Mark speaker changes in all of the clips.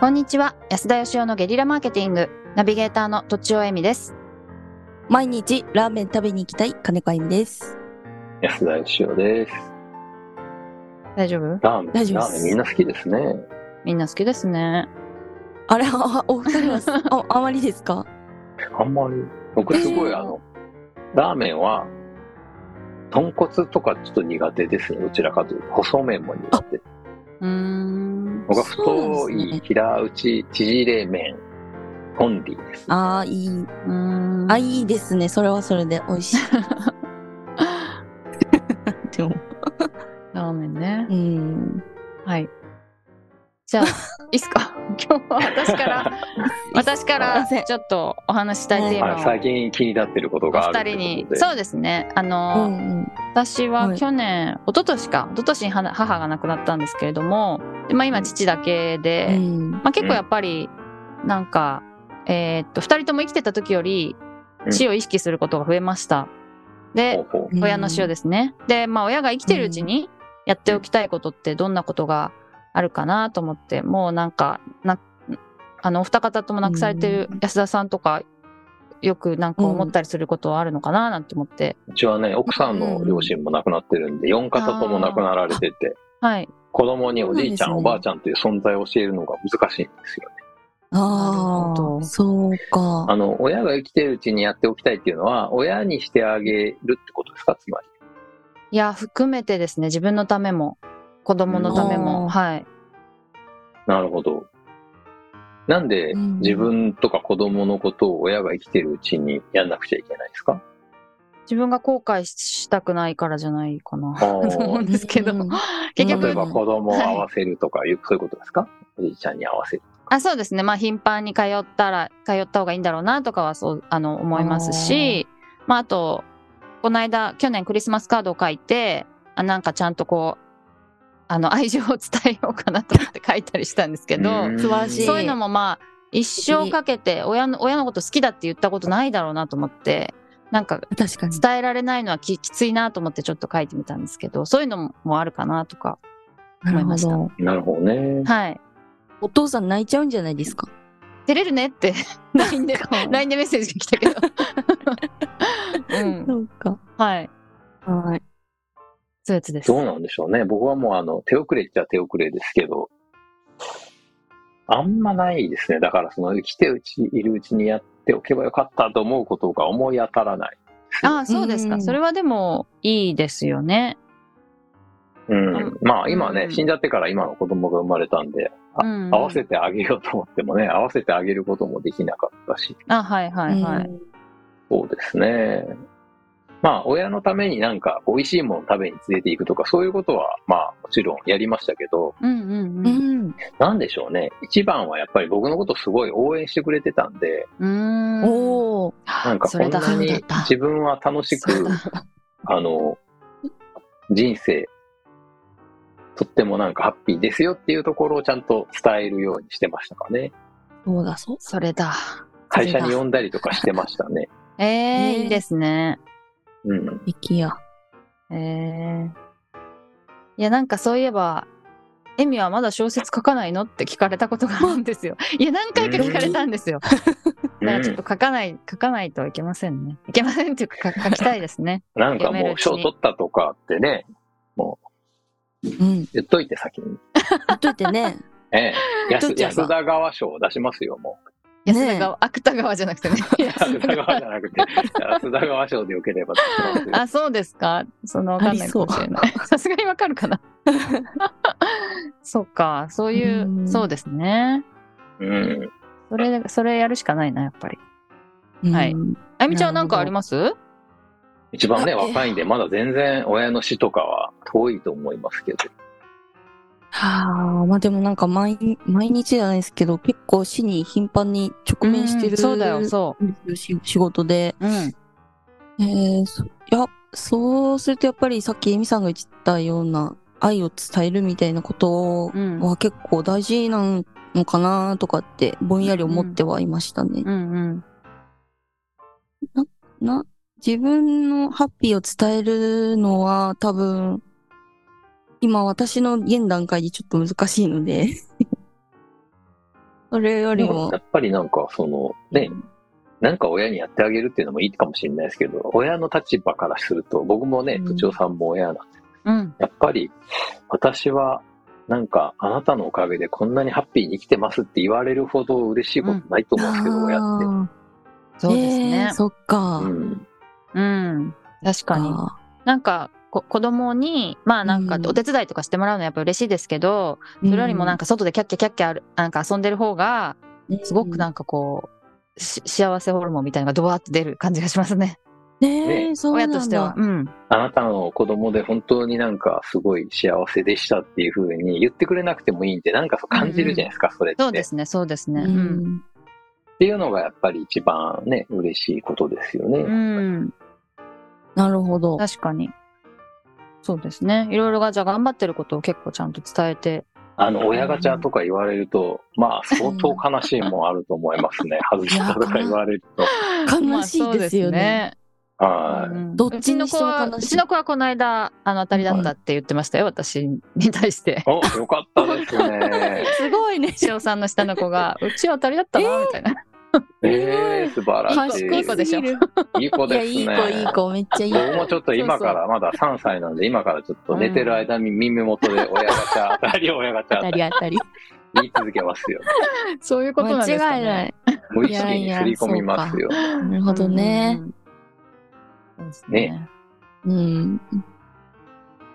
Speaker 1: こんにちは安田義雄のゲリラマーケティングナビゲーターのとちおえみです
Speaker 2: 毎日ラーメン食べに行きたい金子あゆみです。
Speaker 3: 安田義雄です。
Speaker 1: 大丈夫
Speaker 3: ラーメン、
Speaker 2: 大丈夫で
Speaker 3: ラ
Speaker 2: す
Speaker 3: ーメンみんな好きですね。
Speaker 1: みんな好きですね
Speaker 2: あれ、 あお二人 はすああまりですか
Speaker 3: あんまり。僕すご
Speaker 2: え
Speaker 3: い
Speaker 2: ー
Speaker 3: あの、ラーメンは、豚骨とかちょっと苦手ですね。どちらかというと。細麺も苦手。
Speaker 1: うーん
Speaker 3: 僕は
Speaker 2: そうな
Speaker 3: 太
Speaker 2: んですね
Speaker 3: い平打ち縮れ麺、オンリーです。
Speaker 2: ああ、いい。
Speaker 1: うーん
Speaker 2: あ、いいですね。それはそれで 美味しい。でも、
Speaker 1: ラーメンね
Speaker 2: うん。
Speaker 1: はいじゃあいいっすか今日は私から私か
Speaker 2: すい
Speaker 1: ら
Speaker 2: ません
Speaker 1: ちょっとお話ししたいテーマ
Speaker 3: はい、最
Speaker 1: を
Speaker 3: 近気になってること
Speaker 1: お
Speaker 3: がある
Speaker 1: 二人
Speaker 3: という
Speaker 1: に
Speaker 3: ことで。
Speaker 1: そうですねあ
Speaker 2: う
Speaker 1: の、
Speaker 2: んうん。
Speaker 1: 私
Speaker 2: は
Speaker 1: はい去年、一昨年か一昨年には母が亡くなったんですけれどもで、まあ、今父だけで、
Speaker 2: うん。
Speaker 1: まあ、結構やっぱりなんか、えーっと2人とも生きてた時より
Speaker 3: うん
Speaker 1: 死を意識することが増えました、で
Speaker 3: ほうほ
Speaker 1: 親の死をですねで、まあ、親が生きてるうちにやっておきたいことってどんなことがあるかなと思ってもうなんかなあのお二方とも亡くされてる
Speaker 2: うん
Speaker 1: 安田さんとかよくなんか思ったりすることはあるのかななんて思って、
Speaker 3: ううちはね、奥さんの両親も亡くなってるんで、4方とも亡くなられてて、
Speaker 1: はい
Speaker 3: 子供におじいちゃ
Speaker 2: そ
Speaker 3: ん、
Speaker 2: うなんですね
Speaker 3: おばあちゃんという存在を教えるのが難しいんですよ。
Speaker 2: あ
Speaker 1: なるほ
Speaker 2: あ、
Speaker 1: ど
Speaker 2: そうか。
Speaker 3: あの、親が生きてるうちにやっておきたいっていうのは、親にしてあげるってことですかつまり。
Speaker 1: いや含めてですね自分のためも子供のため
Speaker 2: う
Speaker 1: も
Speaker 2: ん
Speaker 1: はい
Speaker 3: なるほど。なんで、
Speaker 2: うん
Speaker 3: 自分とか子供のことを親が生きてるうちにやんなくちゃいけないですか
Speaker 1: 自分が後悔したくないからじゃないかな
Speaker 3: あ
Speaker 1: と 思うん
Speaker 3: ー
Speaker 1: ですけど、
Speaker 2: うん
Speaker 1: 結
Speaker 3: 例え
Speaker 1: 局
Speaker 3: ば子供を合わせるとかいう、そういうことですかおじいちゃんに合わせる。
Speaker 1: あそうですねまあ頻繁に通ったら通った方がいいんだろうなとかはそうあの思いますしまあ、あとこの間去年クリスマスカードを書いてあなんかちゃんとこうあの愛情を伝えようかなと思って書いたりしたんですけど、
Speaker 3: うん
Speaker 2: 素晴らしい
Speaker 1: そういうのもまあ一生かけて親の親のこと好きだって言ったことないだろうなと思ってなんか
Speaker 2: 確かに。
Speaker 1: 伝えられないのはききついなと思ってちょっと書いてみたんですけどそういうのもあるかなとか
Speaker 2: なる
Speaker 1: 思い
Speaker 2: ほ
Speaker 1: ました
Speaker 2: ど。
Speaker 3: なるほどね。
Speaker 1: はい
Speaker 2: お父さん泣いちゃうんじゃないですか
Speaker 1: 照れるねって LINE で
Speaker 2: か
Speaker 1: LINE でメッセージが来た けどうん
Speaker 2: んか。
Speaker 1: はい
Speaker 2: はい。
Speaker 1: そういうやつです
Speaker 3: どうなんでしょうね。僕はもうあの、手遅れっちゃ手遅れですけど、あんまないですね。だからその、生きてうち、いるうちにやっておけばよかったと思うことが思い当たらない。
Speaker 1: ああそうですか、
Speaker 2: うん
Speaker 1: それはでもいいですよね
Speaker 3: うん、まあ今ね、
Speaker 1: うん
Speaker 3: 死んじゃってから今の子供が生まれたんで、あ
Speaker 1: うん
Speaker 3: 合わせてあげようと思ってもね、合わせてあげることもできなかったし、
Speaker 1: あはいはいはい、
Speaker 2: うん
Speaker 3: そうですね。まあ親のためになんか美味しいものを食べに連れて行くとか、そういうことはまあもちろんやりましたけど、
Speaker 1: うんうん
Speaker 2: う
Speaker 1: うん
Speaker 2: ん。
Speaker 3: なんでしょうね、一番はやっぱり僕のことすごい応援してくれてたんで、
Speaker 1: うーん
Speaker 2: おー。
Speaker 3: なんか
Speaker 1: そ
Speaker 3: こ
Speaker 1: れ
Speaker 3: ん
Speaker 1: だ
Speaker 3: な
Speaker 2: そうだっ
Speaker 3: に
Speaker 2: た
Speaker 3: 自分は楽し
Speaker 1: そう
Speaker 3: く
Speaker 1: だ、
Speaker 3: あの、人生、とってもなんかハッピーですよっていうところをちゃんと伝えるようにしてましたかね。
Speaker 2: そうだ、そう。
Speaker 1: それだ
Speaker 3: 会社に呼んだりとかしてましたね。
Speaker 1: ええ
Speaker 2: えー
Speaker 1: いいですね
Speaker 3: うん。
Speaker 2: いきや。
Speaker 1: ええいやなんかそういえばエミはまだ小説書かないのって聞かれたことがあるんですよ。いや、何回か聞かれたんですよ。だからちょっと書かない、書かないといけませんね。いけませんっていうか、書 書きたいですね。
Speaker 3: なんか
Speaker 1: 読める
Speaker 3: も
Speaker 1: う
Speaker 3: う
Speaker 1: ちに
Speaker 3: 賞取ったとかってね、
Speaker 2: うん。
Speaker 3: 言っといて先に。
Speaker 2: ほっといてね。
Speaker 3: ええ、
Speaker 2: 取
Speaker 3: 安
Speaker 2: っちゃえば
Speaker 3: 安田川賞を出しますよ、もう。
Speaker 2: ねえ
Speaker 1: 安田川、芥川じゃな くてね。
Speaker 3: 安田川じゃなくて、安田川賞でよければ出しますよ
Speaker 1: あ、そうですか。そのわかんないかもしれない。 さすがにわかるかな。そうか、そういうう、
Speaker 2: ん
Speaker 1: そうですね。
Speaker 3: うん。
Speaker 1: それ、それやるしかないな、やっぱり。はい
Speaker 2: うん。
Speaker 1: あゆみちゃんなんかあります
Speaker 3: 一番ね、
Speaker 2: あええ
Speaker 3: 若いんで、まだ全然親の死とかは遠いと思いますけど。
Speaker 2: はあ、まあでもなんか毎日毎日じゃないですけど、結構死に頻繁に直面して
Speaker 1: うん
Speaker 2: る。
Speaker 1: そうだよ、そ
Speaker 2: し仕事で。
Speaker 1: う。うん。
Speaker 2: えー、そいや、そうするとやっぱりさっきエミさんが言ってたような愛を伝えるみたいなこと
Speaker 1: うん
Speaker 2: は結構大事なのかなとかってぼんやり思ってはいましたね。
Speaker 1: うんうん。
Speaker 2: な、自分のハッピーを伝えるのは多分、今私の現段階でちょっと難しいので、 それよりも
Speaker 3: や、っぱりなんか、その、ね、なんか親にやってあげるっていうのもいいかもしれないですけど、親の立場からすると、僕もね
Speaker 2: う、ん
Speaker 3: 部長さんも親なんで、
Speaker 1: うん。
Speaker 3: やっぱり、私は、なんか、あなたのおかげでこんなにハッピーに生きてますって言われるほど嬉しいことないと思うんですけど、親って。
Speaker 1: そうです
Speaker 2: え
Speaker 1: ね
Speaker 2: ー。そっか。
Speaker 3: うん。
Speaker 1: うん。確かに。
Speaker 2: か
Speaker 1: なんか、こ子供に、まあなんか
Speaker 2: うん
Speaker 1: お手伝いとかしてもらうのはやっぱ嬉しいですけど、
Speaker 2: に
Speaker 1: それよりもなん
Speaker 2: か、
Speaker 1: か外でキャッキャキャッキャあるなんか遊んでる方が、すごくなんかこう、し幸せホルモンみたいなのがドワーって出る感じがしますね。
Speaker 2: ね
Speaker 3: ね
Speaker 2: え、 そうな
Speaker 1: 親
Speaker 2: んだ。
Speaker 1: としては。うん。
Speaker 3: あなたの子供で本当になんかすごい幸せでしたっていう風に言ってくれなくてもいいんで、なんかそう感じるじゃないですか、それって。
Speaker 1: そうですね、そうですね。
Speaker 2: う
Speaker 1: うん。
Speaker 2: ん。
Speaker 3: っていうのがやっぱり一番ね、嬉しいことですよね。
Speaker 1: うん。
Speaker 2: なるほど。
Speaker 1: 確かに。そうですね。いろいろが、じゃあ頑張ってることを結構ちゃんと伝えて。
Speaker 3: あの、親ガチャとか言われると、まあ相当悲しいもんあると思いますね。外したとか言われると。
Speaker 2: 悲しいですよ
Speaker 1: まあそう
Speaker 2: ね。
Speaker 1: ですね
Speaker 3: は
Speaker 1: うん
Speaker 2: どっちにしても悲しいう
Speaker 1: ちの子はこの間、あの、当たりだったって言ってましたよ、私に対 して。
Speaker 3: い。お、よかったですね。
Speaker 2: すごいね。
Speaker 1: 塩さんの下の子が、うちは当たりだったな、みたいな。
Speaker 3: えー、素晴らしい。
Speaker 1: 賢い子でしょ
Speaker 2: い
Speaker 3: いい子
Speaker 2: や、
Speaker 3: ですね。
Speaker 2: いい子、いい子、めっちゃいい子。
Speaker 3: 僕もちょっと今から、まだ3歳なんで、今からちょっと寝てる間に耳元で親ガ チャ、当たり親ガチ
Speaker 2: 当
Speaker 3: ャ
Speaker 2: た、り当たり。
Speaker 3: 言い続けますよ。
Speaker 1: そういうことなん
Speaker 2: 間
Speaker 1: ですか、ね。
Speaker 2: 違いない。
Speaker 3: 無意識に振り込みますよ。
Speaker 2: なるほどね
Speaker 1: う。ん。そうですね。
Speaker 2: うん。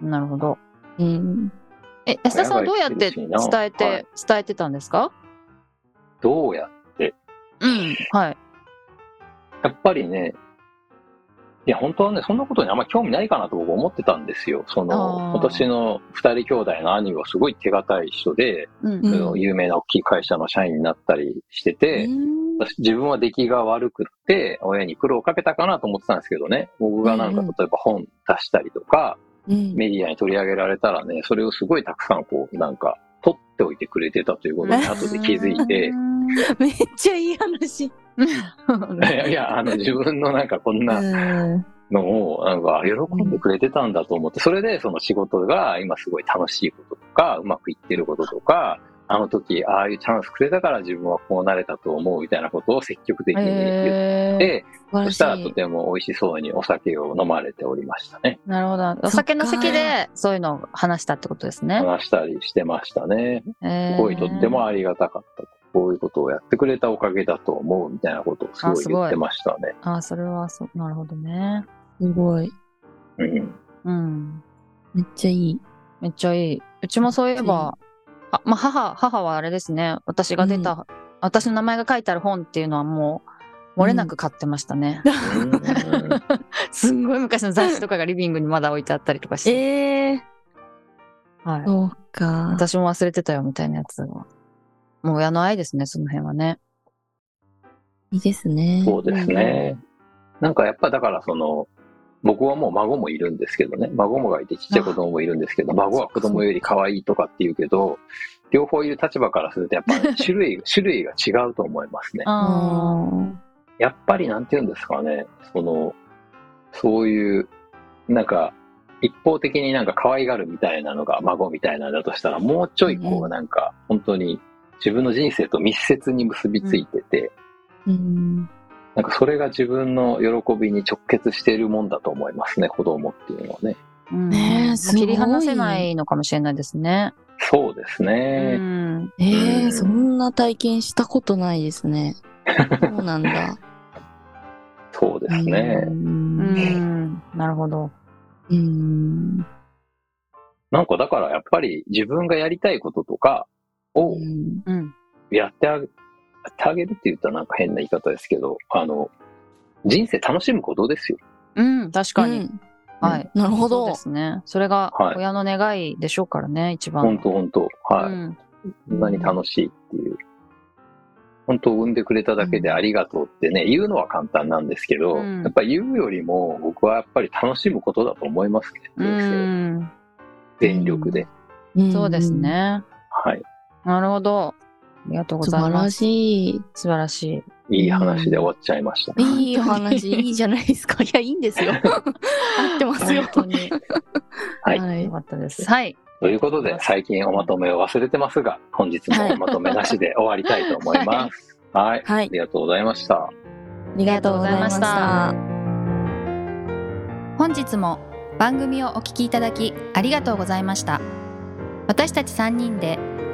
Speaker 1: なるほど。
Speaker 2: うん。
Speaker 1: え、安田さんはどうやって伝え
Speaker 3: は
Speaker 1: て
Speaker 3: い、
Speaker 1: 伝えてたんですか
Speaker 3: どうや
Speaker 1: うん。はい。
Speaker 3: やっぱりね、いや、本当はね、そんなことにあんま興味ないかなと僕思ってたんですよ。そ
Speaker 1: あー
Speaker 3: の、私の二人兄弟の兄はすごい手堅い人で、
Speaker 1: うん
Speaker 2: うん
Speaker 3: その有名な大きい会社の社員になったりしてて、私自分は出来が悪くて、親に苦労をかけたかなと思ってたんですけどね、僕がなんか
Speaker 2: うんうん
Speaker 3: 例えば本出したりとか、
Speaker 2: うん
Speaker 3: メディアに取り上げられたらね、それをすごいたくさんこう、なんか、取っておいてくれてたということに後で気づ いて
Speaker 1: う、ん。
Speaker 2: めっちゃいい話。
Speaker 3: いやいや、あの自分のなんかこんな、
Speaker 2: うん
Speaker 3: のを、なんか、喜んでくれてたんだと思って、それで、その仕事が今すごい楽しいこととか、うまくいってることとか、あの時、ああいうチャンスくれたから自分はこうなれたと思うみたいなことを積極的に言っ
Speaker 1: へー
Speaker 3: て、
Speaker 2: 素晴
Speaker 3: そ
Speaker 2: ら
Speaker 3: したら
Speaker 2: し
Speaker 3: と
Speaker 2: い。
Speaker 3: ても美味しそうにお酒を飲まれておりましたね。
Speaker 1: なるほど。お酒の席でそういうのを話したってことですね。
Speaker 3: 話したりしてましたね。
Speaker 1: す
Speaker 3: すごいとってもありがたかった。こういうことをやってくれたおかげだと思うみたいなことをす
Speaker 1: あ
Speaker 3: ごい
Speaker 1: すごい
Speaker 3: 言ってましたね。
Speaker 1: ああ、それはそう、なるほどね。
Speaker 2: すごい。
Speaker 3: うん。
Speaker 1: うん。
Speaker 2: めっちゃいい。
Speaker 1: めっちゃいい。うちもそういえば、あまあ、母、母はあれですね。私が出た、
Speaker 2: う
Speaker 1: 私の名前が書いてある本っていうのはもう、漏れなく買ってましたね。
Speaker 3: うん
Speaker 1: すんごい昔の雑誌とかがリビングにまだ置いてあったりとかして。
Speaker 2: ええ、
Speaker 1: はい。
Speaker 2: そうか。
Speaker 1: 私も忘れてたよみたいなやつは。もう親の愛ですね、その辺はね。
Speaker 2: いいですね。
Speaker 3: そうですね。なんかやっぱだからその、僕はもう孫もいるんですけどね、孫もがいてちっちゃい子供もいるんですけど、孫は子供より可愛いとかって言うけど、両方いる立場からするとやっぱ ね種類、種類が違うと思いますね。
Speaker 2: うん。
Speaker 1: あ
Speaker 3: やっぱりなんて言うんですかね、その、そういう、なんか、一方的になんか可愛がるみたいなのが孫みたいなのだとしたら、もうちょいこ
Speaker 2: う
Speaker 3: うんなんか本当に自分の人生と密接に結びついてて、
Speaker 2: うん。
Speaker 3: なんかそれが自分の喜びに直結しているもんだと思いますね、子供っていうのはね。
Speaker 1: あ。うん
Speaker 2: ねえ
Speaker 1: もう
Speaker 2: すご
Speaker 1: 切
Speaker 2: い
Speaker 1: り離せないのかもしれないですね。
Speaker 3: そうです
Speaker 1: う
Speaker 3: ね。
Speaker 1: ん。
Speaker 2: え
Speaker 3: う
Speaker 2: え、
Speaker 3: ん
Speaker 2: そんな体験したことないですね。そうなんだ。
Speaker 3: そうですね。
Speaker 2: う。
Speaker 1: うんん。なるほど。
Speaker 2: うん。
Speaker 3: なんかだからやっぱり自分がやりたいこととかを
Speaker 2: うん
Speaker 1: うん。
Speaker 3: やってあげ、やってあげるって言ったらなんか変な言い方ですけど、あの、人生楽しむことですよ。
Speaker 1: うん、確かに。はい。
Speaker 2: なるほ
Speaker 1: そう
Speaker 2: ど
Speaker 1: で。すね。それが
Speaker 3: はい
Speaker 1: 親の願いでしょうからね、一番。
Speaker 3: 本当本当
Speaker 1: う
Speaker 3: はい。
Speaker 1: ん。
Speaker 3: そんなに楽しいっていう。本当産んでくれただけでありがとうってね、言うのは簡単なんですけど、
Speaker 1: うん
Speaker 3: やっぱ言うよりも僕はやっぱり楽しむことだと思いますね。
Speaker 1: う
Speaker 3: 人生を
Speaker 1: ん。
Speaker 3: 全力で。
Speaker 2: うん
Speaker 1: そうです。ね。
Speaker 3: はい。
Speaker 1: なるほど。ありがとうご
Speaker 2: 素
Speaker 1: ざい
Speaker 2: 晴
Speaker 1: ま
Speaker 2: ら
Speaker 1: す。
Speaker 2: しい。
Speaker 1: 素晴らしい。
Speaker 3: いい話で終わっちゃいました。
Speaker 2: いいお話、いいじゃないですか。いや、いいんですよ。合ってますよ。
Speaker 1: 本当に。
Speaker 3: はい
Speaker 2: は
Speaker 1: よ
Speaker 2: い
Speaker 1: かったです。はい。
Speaker 3: ということで、最近おまとめを忘れてますが、本日もおまとめなしで終わりたいと思います。はい。
Speaker 2: は
Speaker 3: あ
Speaker 2: い。
Speaker 3: りがとうございました。
Speaker 2: ありがとうございました。
Speaker 4: 本日も番組をお聞きいただきありがとうございました私たち3人で